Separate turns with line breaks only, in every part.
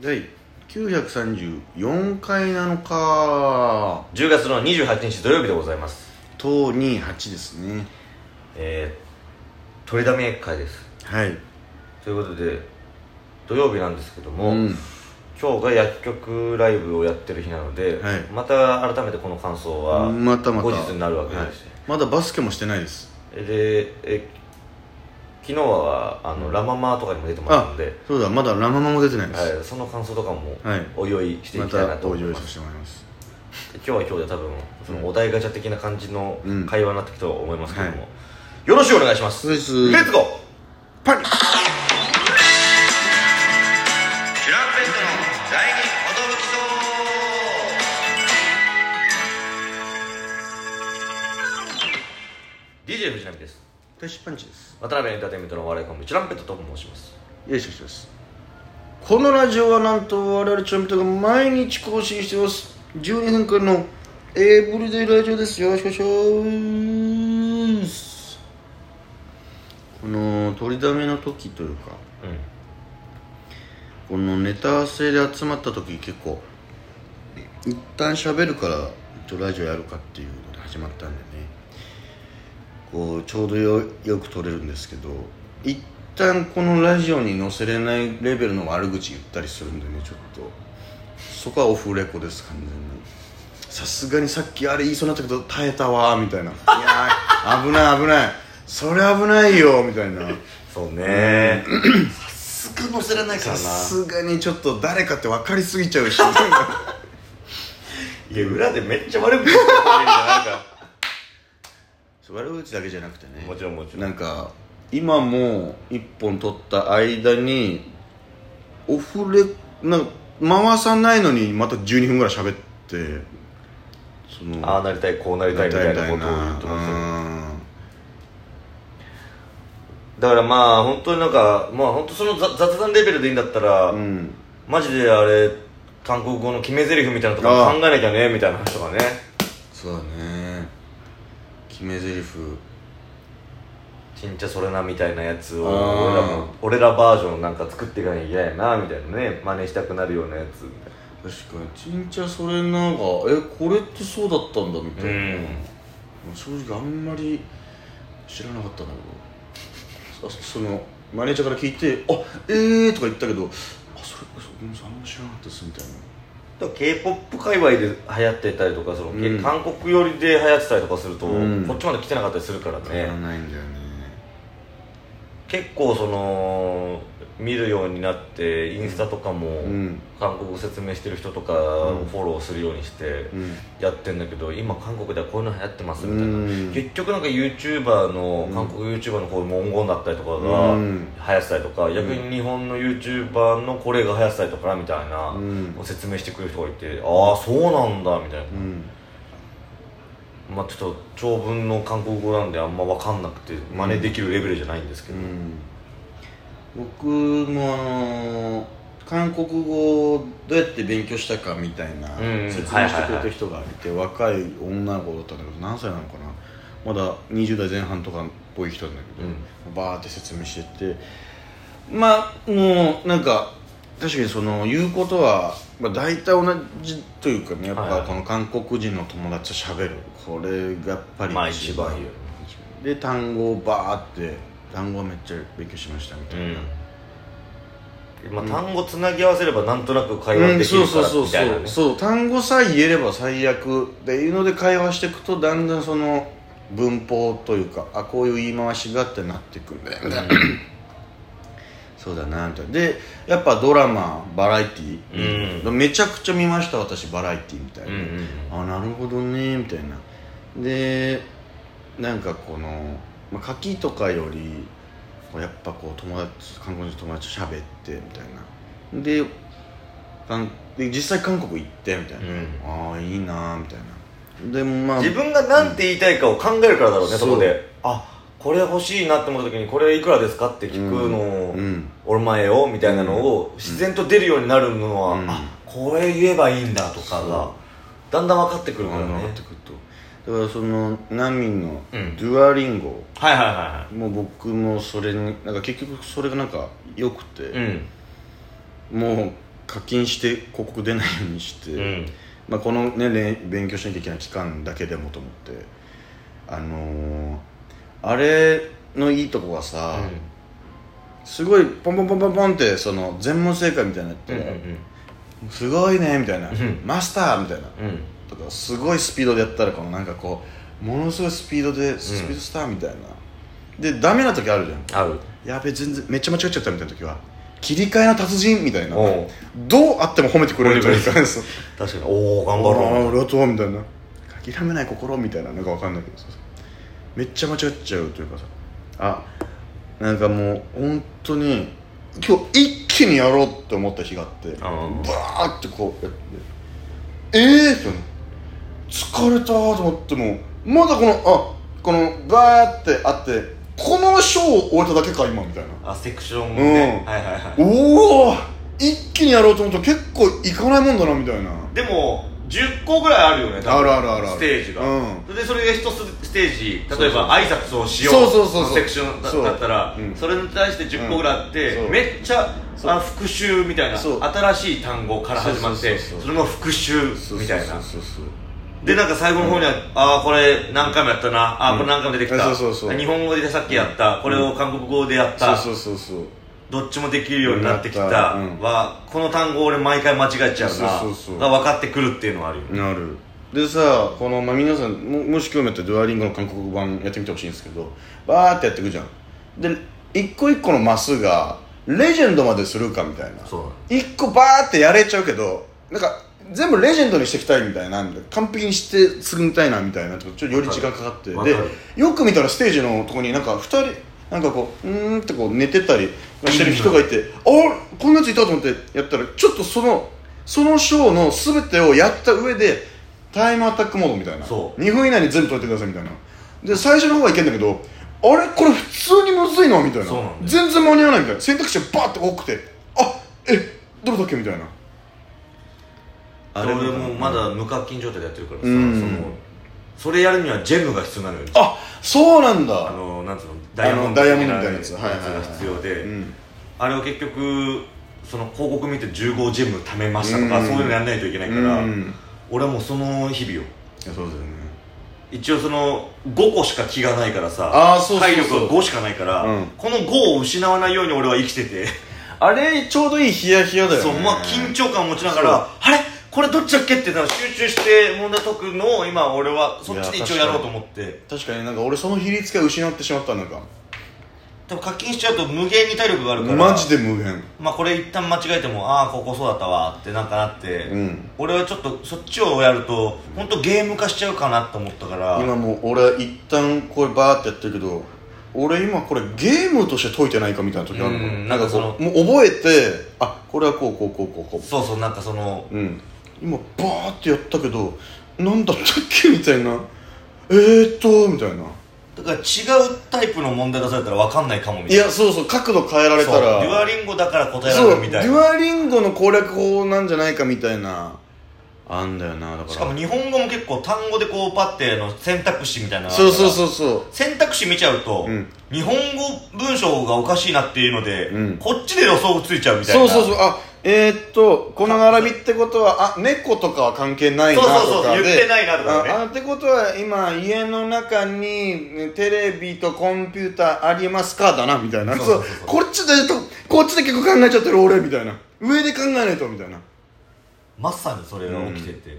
第934回なのか
10月の28日土曜日でございます
と28ですね
えー、取りだめ会です
はい
ということで土曜日なんですけども、
うん
今日が薬局ライブをやってる日なので、
はい
また改めてこの感想は
またまた
後日になるわけですよ
はいまだバスケもしてないです
でえ昨日はあの、ラ・ママとかにも出てもらった
あ
ので、
そうだまだラママも出てないです、
はい、その感想とかも
はい
おいおいしてい
ま
きたい
た
なと
登
思い
場
ま
さ
す、
せてもらいます
今日は今日で多分そのお題ガチャ的な感じの
うん
会話になってきたと思いますけども、
はい
よろしくお願いします
そう
レ
で
ッ
す
ツゴー
パニ
チュランペットの第二きそう DJ 藤波です
大しパンチです
渡辺エンターテインメントのお笑いコンビチュランペットと申します
よいしょよいしょですこのラジオはなんと我々チャンピオンが毎日更新してます12分間のエブリデイラジオですよろしくお願いしますこの取りだめの時というか
うん
このネタ合わせで集まった時結構一旦喋るからちょっとラジオやるかっていうので始まったんでねこうちょうどよよく撮れるんですけど一旦このラジオに載せれないレベルの悪口言ったりするんでねちょっとそこはオフレコです完全にさすがにさっきあれ言いそうになったけど耐えたわみたいな「いやー危ない危ないそれ危ないよ」みたいな。
そうねさすが乗せれないから
さ
な
すがにちょっと誰かって分かりすぎちゃうし
いや裏でめっちゃ悪く言ってる人いるじゃんなんか
悪口だけじゃなくてね
もちろんもちろん
なんか今も一本取った間にオフレな回さないのにまた12分ぐらい喋ってその
ああなりたいこうなりたいみたいなことを言ってますよ
ま
だからまあ本当になんかまあ本当その雑雑談レベルでいいんだったら、
すうん
マジであれ韓国語の決め台詞みたいなとこ
ああ
考えなきゃねみたいな話とかね
そうだね決め台詞
ちんちゃそれなみたいなやつを
ああ
俺らも俺らバージョンなんか作っていかなきゃいけないなみたいなね真似したくなるようなやつみたい
確かにちんちゃそれなんかえこれってそうだったんだみたいな、
な
正直あんまり知らなかったんだけどそそのマネージャーから聞いて「あええー」とか言ったけど「あそれこそごめんなさいあんま知らなかったです」みたいな
だから K-POP 界隈で流行ってたりとかその、
うん
韓国寄りで流行ってたりとかすると、
うん
こっちまで来てなかったりするからね、
ないんだよね
結構その見るようになってインスタとかも、
うん
韓国語説明してる人とか
うん
をフォローするようにして
うん
やってんだけど今韓国ではこういうの流行ってますみたいな、
うん
結局なんか YouTuber の韓国 YouTuber のこういう文言だったりとか
う
が
ん
流行ってたりとか、逆に日本の YouTuber のこれが流行ってたりとかなみたいな、
うん
説明してくれる人がいてああそうなんだみたいな、
うん
まあ、ちょっと長文の韓国語なんであんま分かんなくて真似できるレベルじゃないんですけど、
僕もあの韓国語をどうやって勉強したかみたいな
うん
説明してくれた人がいて若い女の子だったんだけど何歳なのかなまだ20代前半とかっぽい人なんだけど、バーって説明してってまあもうなんか確かにその言うことは、まあ、大体同じというかねやっ
はい
ぱ
はい
この韓国人の友達と喋るこれがやっぱり
まあ一番いいよね
で単語をバーって単語をめっちゃ勉強しましたみたいな、
まあ、単語つなぎ合わせればなんとなく会話でき
そう
るか
そう
ら
そう
みたいな
そ
ね
うそう単語さえ言えれば最悪っていうので会話していくとだんだんその文法というかあこういう言い回しがってなってくんだよね、 そうだなみたいなでやっぱドラマバラエティー、めちゃくちゃ見ました私バラエティーみたいな、
うんうん
あなるほどねみたいなでなんかこの、まあ、書きとかよりこうやっぱこう友達韓国人友達と喋ってみたいなで韓で実際韓国行ってみたいな、ああいいなみたいなでもまあ
自分が何て言いたいかを考えるからだろうね、
うん
そこであこれ欲しいなって思った時にこれいくらですかって聞くのを、
うん
俺前よみたいなのを自然と出るようになるのは、
うん
あこれ言えばいいんだとかがだんだん分かってくるからね
分かってくるとだからそのナミンの
うん
デュアリンゴ、
はいはいは
もう僕もそれになんか結局それがなんか良くて、
いはいうん
もう課金して広告出ないようにして、
うん
まあ、この、ね、れん勉強しなきゃいけない期間だけでもと思ってあのーあれのいいとこはさ、すごいポンポンポンポンポンってその全問正解みたいになって、
うんうん
すごいねみたいな、
ん
マスターみたいな、
うんうん
とかすごいスピードでやったらこのなんかこうものすごいスピードでスピードスターみたいな、でダメな時あるじゃん
ある
やべ全然めっちゃ間違っちゃったみたいな時は切り替えの達人みたいな
おう
どうあっても褒めてくれるというかそう
確かにおお頑張
あ
ろ
あ俺はどうみたいな諦めない心みたいななんかわかんないけどさめっちゃ間違っちゃうというかさあなんかもう本当に今日一気にやろうって思った日があって
ううん
バーってこうやってえー、って疲れたと思ってもまだこのあこのバーってあってこの章を終えただけか今みたいな
あセクション
う
ね
ん
はいはいは
おお一気にやろうと思ったら結構いかないもんだなみたいない
でも10個ぐらいあるよね多分
あるあるあるある
ステージが
うん
でそれが一つステージ
そう
例えば挨拶をしよう
そうそうそうそう
のセクションだ
そう
だったら
うん
それに対して10個ぐらいあって
うんそう
めっちゃ
そう
あ復習みたいな
そう
新しい単語から始まって
そうそうそうそう
それの復習
そう
みたい
そ
な
うそうそう
でなんか最後の方には、ああこれ何回もやったなああこれ何回も出てきた、
うんそうそうそう
日本語でさっきやった、これを韓国語でやった、
そうそうそうそう
どっちもできるようになってきた、
なったうん
はこの単語俺毎回間違えちゃうな
そうそうそう
が分かってくるっていうのはあるよね
なるでさこの、まあ、皆さんももし興味あったらデュアリンゴの韓国語版やってみてほしいんですけどバーってやっていくじゃんで一個一個のマスがレジェンドまでするかみたいな
そう
一個バーってやれちゃうけどなんか全部レジェンドにしていきたいみたいな完璧にしてすぐみたいなみたいなとちょっとより時間かかって
わか
で
る
よく見たらステージのとこになんか2人なんかこううーんってこう寝てたりしてる人がいてあれこんなやついたと思ってやったらちょっとそのそのショーの全てをやった上でタイムアタックモードみたいな
そう
2分以内に全部取ってくださいみたいなで最初の方はいけんだけどあれこれ普通にむずいのみたいな
そうなんだよ
全然間に合わないみたいな選択肢がバーって多くてあえどれだっけみたいな
で俺もまだ無課金状態でやってるからさ、
うん
そのそれやるにはジェムが必要なのよ
あそうなん
あ
だ
のなんつうの
あのダイヤモンドみたいなやつ
やつ
はいはいはい
が必要で、
うん
あれを結局その広告見て15ジェム貯めましたとか、
うん
そういうのやんないといけないから、
うん
俺はもうその日々を
いやそうだよね
一応その5個しか気がないからさ
ああそうそう
体力
そ
が
う
5しかないから、
うん
この5を失わないように俺は生きてて、
あれちょうどいいヒヤヒヤだよね
そうまあ緊張感を持ちながらあれこれどっちだっけってな集中して問題解くのを今俺はそっちで一応やろうと思って
確かになんか俺その比率が失ってしまったなんか
多分課金しちゃうと無限に体力があるから
マジで無限
まあこれ一旦間違えてもああここそうだったわってなんかなって、
うん
俺はちょっとそっちをやると本当ゲーム化しちゃうかなと思ったから
今もう俺一旦これバーってやってるけど俺今これゲームとして解いてないかみたいな時あるの
うんなんかその
もう覚えてあこれはこうこうこうこうこう
そうそうなんかその
うん、今バーってやったけどなんだったっけみたいなえーっとみたいな
だから違うタイプの問題出されたら分かんないかもみ
い
たいな
やそうそう角度変えられたら
そうデュアリンゴだから答えら
そう
れるみたい
デ
な
ュアリンゴの攻略法なんじゃないかみたいなあんだよなだから
しかも日本語も結構単語でこうパッての選択肢みたいなのがある
そう
から
そうそうそう
選択肢見ちゃうと、
うん
日本語文章がおかしいなっていうので、
うん
こっちで予想ついちゃうみたい
そ
な
うそうそうあえー、っとこの並びってことはあ猫とかは関係ないなとかで
そうそうそう言ってないなとかね
ああってことは今家の中にねテレビとコンピューターありますかだなみたいな
そう
そ
そう
う
そうそう
こっちでとこっちで結構考えちゃってる俺みたいな上で考えないとみたいな
まさにそれが起きてて、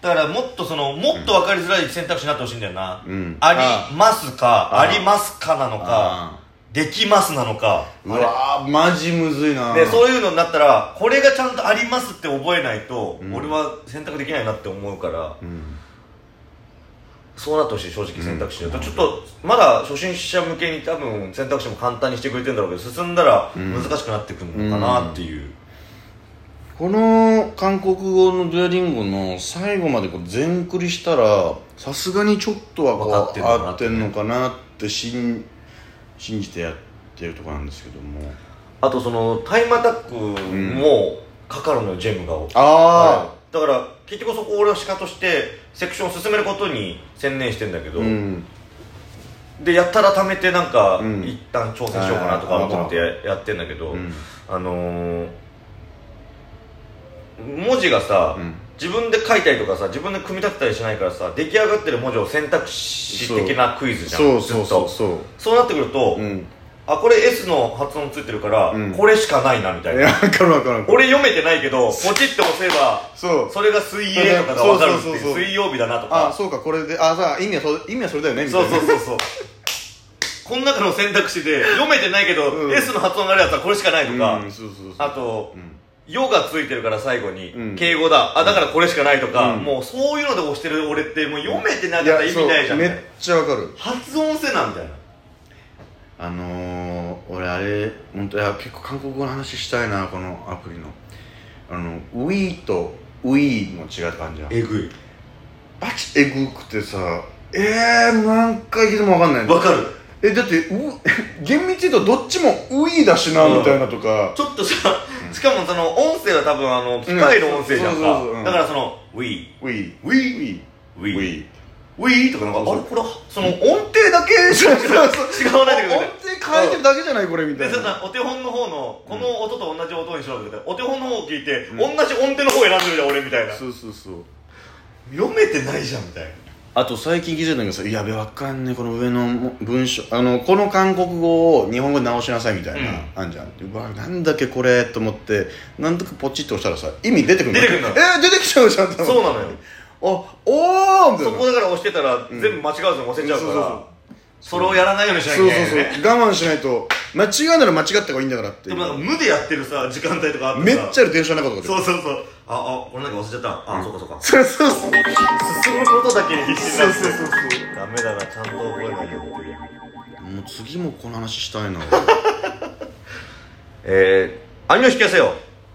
だからもっとそのもっと分かりづらい選択肢になってほしいんだよな、
うん
ありますか
あ
ありますかなのかできますなのか
うわーマジむずいな
でそういうのになったらこれがちゃんとありますって覚えないと、俺は選択できないなって思うから、
ん
そうなってほしい正直選択肢を、ちょっとまだ初心者向けに多分選択肢も簡単にしてくれてるんだろうけど進んだら難しくなってくるのかなっていう、
この韓国語のデュアリンゴの最後までこう全クリしたらさすがにちょっとはこう
わかってんのかな
合ってんのかなって信信じてやってるとこなんですけども
あとそのタイムアタックもかかるのよ、ジェムが
あ
はいだから結局そこ俺は鹿としてセクションを進めることに専念してんだけど、
あうん
でやったら貯めてなんか、
うん
一旦挑戦しようかなとか思ってややってんだけど、
うん
あのー字がさ、
うん
自分で書いたりとかさ自分で組み立てたりしないからさ出来上がってる文字を選択肢的なクイズじゃん
そうそうそう
ずっと
そ
そうなってくると、
ううん
あこれ S の発音ついてるから、
うん
これしかないなみたい
い
な
や分かる分かる分かる
俺読めてないけどポチって押せば
そう
それが水泳とかが分かるって
そうそう
い
そう
う
そう
水曜日だなと
あ
か
そうかこれであさあ意味はそ意味はそれだよねみたい
そう
な
そうそうそう この中の選択肢で読めてないけど、
うん
S の発音があるやつはこれしかないとか、
うんそうそうそう
あと
う、ん
ヨがついてるから最後に、
うん
敬語だあだからこれしかないとか、
うん
もうそういうので押してる俺ってもう読めてなかっ
い
た
や
ら意味ないじゃん、
そうめっちゃわかる
発音せなみたいな
あのー、俺あれ本当いや結構韓国語の話したいなこのアプリのあのウィーとウィーの違いって感じじゃん
えぐ
バチエグくてさえー、何回聞いてもわかんない
いわかる
えだってう 厳密に言うとどっちもウィーだしな
うん
みたいなとか、
ちょっとさ、しかもその音声は多分あの機械の音声じゃん
そうそうそうそうう
か
ん
だからその「ウィー
ウィー
ウィー
ィー
ウ
ウ
ィ
ィ
ー
ー
ウィー」とかなんか
そ
あ
う
れこれその音程だけしか 違わないでください
音程変えてるだけじゃないこれみた
で
い
そん
な
なお手本の方のこの音と同じ音にしろって言ってお手本の方を聞いて、
ん
同じ音程の方を選んでるじゃん俺みたいな
そうそうそう
読めてないじゃんみたいな
あと最近気づいたんだけどさやべわかんねえこの上のも文章あのこの韓国語を日本語で直しなさいみたいな、
うん
あんじゃんうわなんだっけこれと思ってなんとかポチッと押したらさ意味出てくるの
出てくるの
えー、出てきちゃうじゃん
そうなのよ
あおーみたい
そ
な
こだから押してたら
ん
全部間違うぞ押せちゃう
そう
か
そう
らそれをやらないようにしなきゃ
そ
いうけ
そうそ
ない
う
よね
我慢しないと間違うなら間違った方がいいんだからってい
で
う
もなんか無でやってるさ時間帯とかあって
めっ
さ
ちゃある電車の中とかで
そうそうそうああ俺なんか忘れちゃったあ、そうかそうか
そうそうそう
進むことだけに必死になって
そうそうそうそ
ダメだなちゃんと覚えなきゃ
もう次もこの話したいな
えー、アニを引き寄せよう